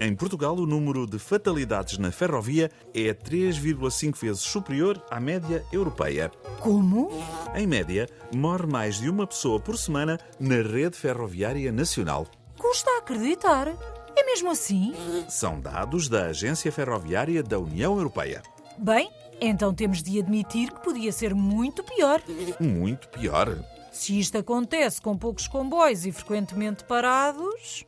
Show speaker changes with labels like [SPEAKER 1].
[SPEAKER 1] Em Portugal, o número de fatalidades na ferrovia é 3,5 vezes superior à média europeia.
[SPEAKER 2] Como?
[SPEAKER 1] Em média, morre mais de uma pessoa por semana na rede ferroviária nacional.
[SPEAKER 2] Custa a acreditar. É mesmo assim?
[SPEAKER 1] São dados da Agência Ferroviária da União Europeia.
[SPEAKER 2] Bem, então temos de admitir que podia ser muito pior.
[SPEAKER 1] Muito pior.
[SPEAKER 2] Se isto acontece com poucos comboios e frequentemente parados.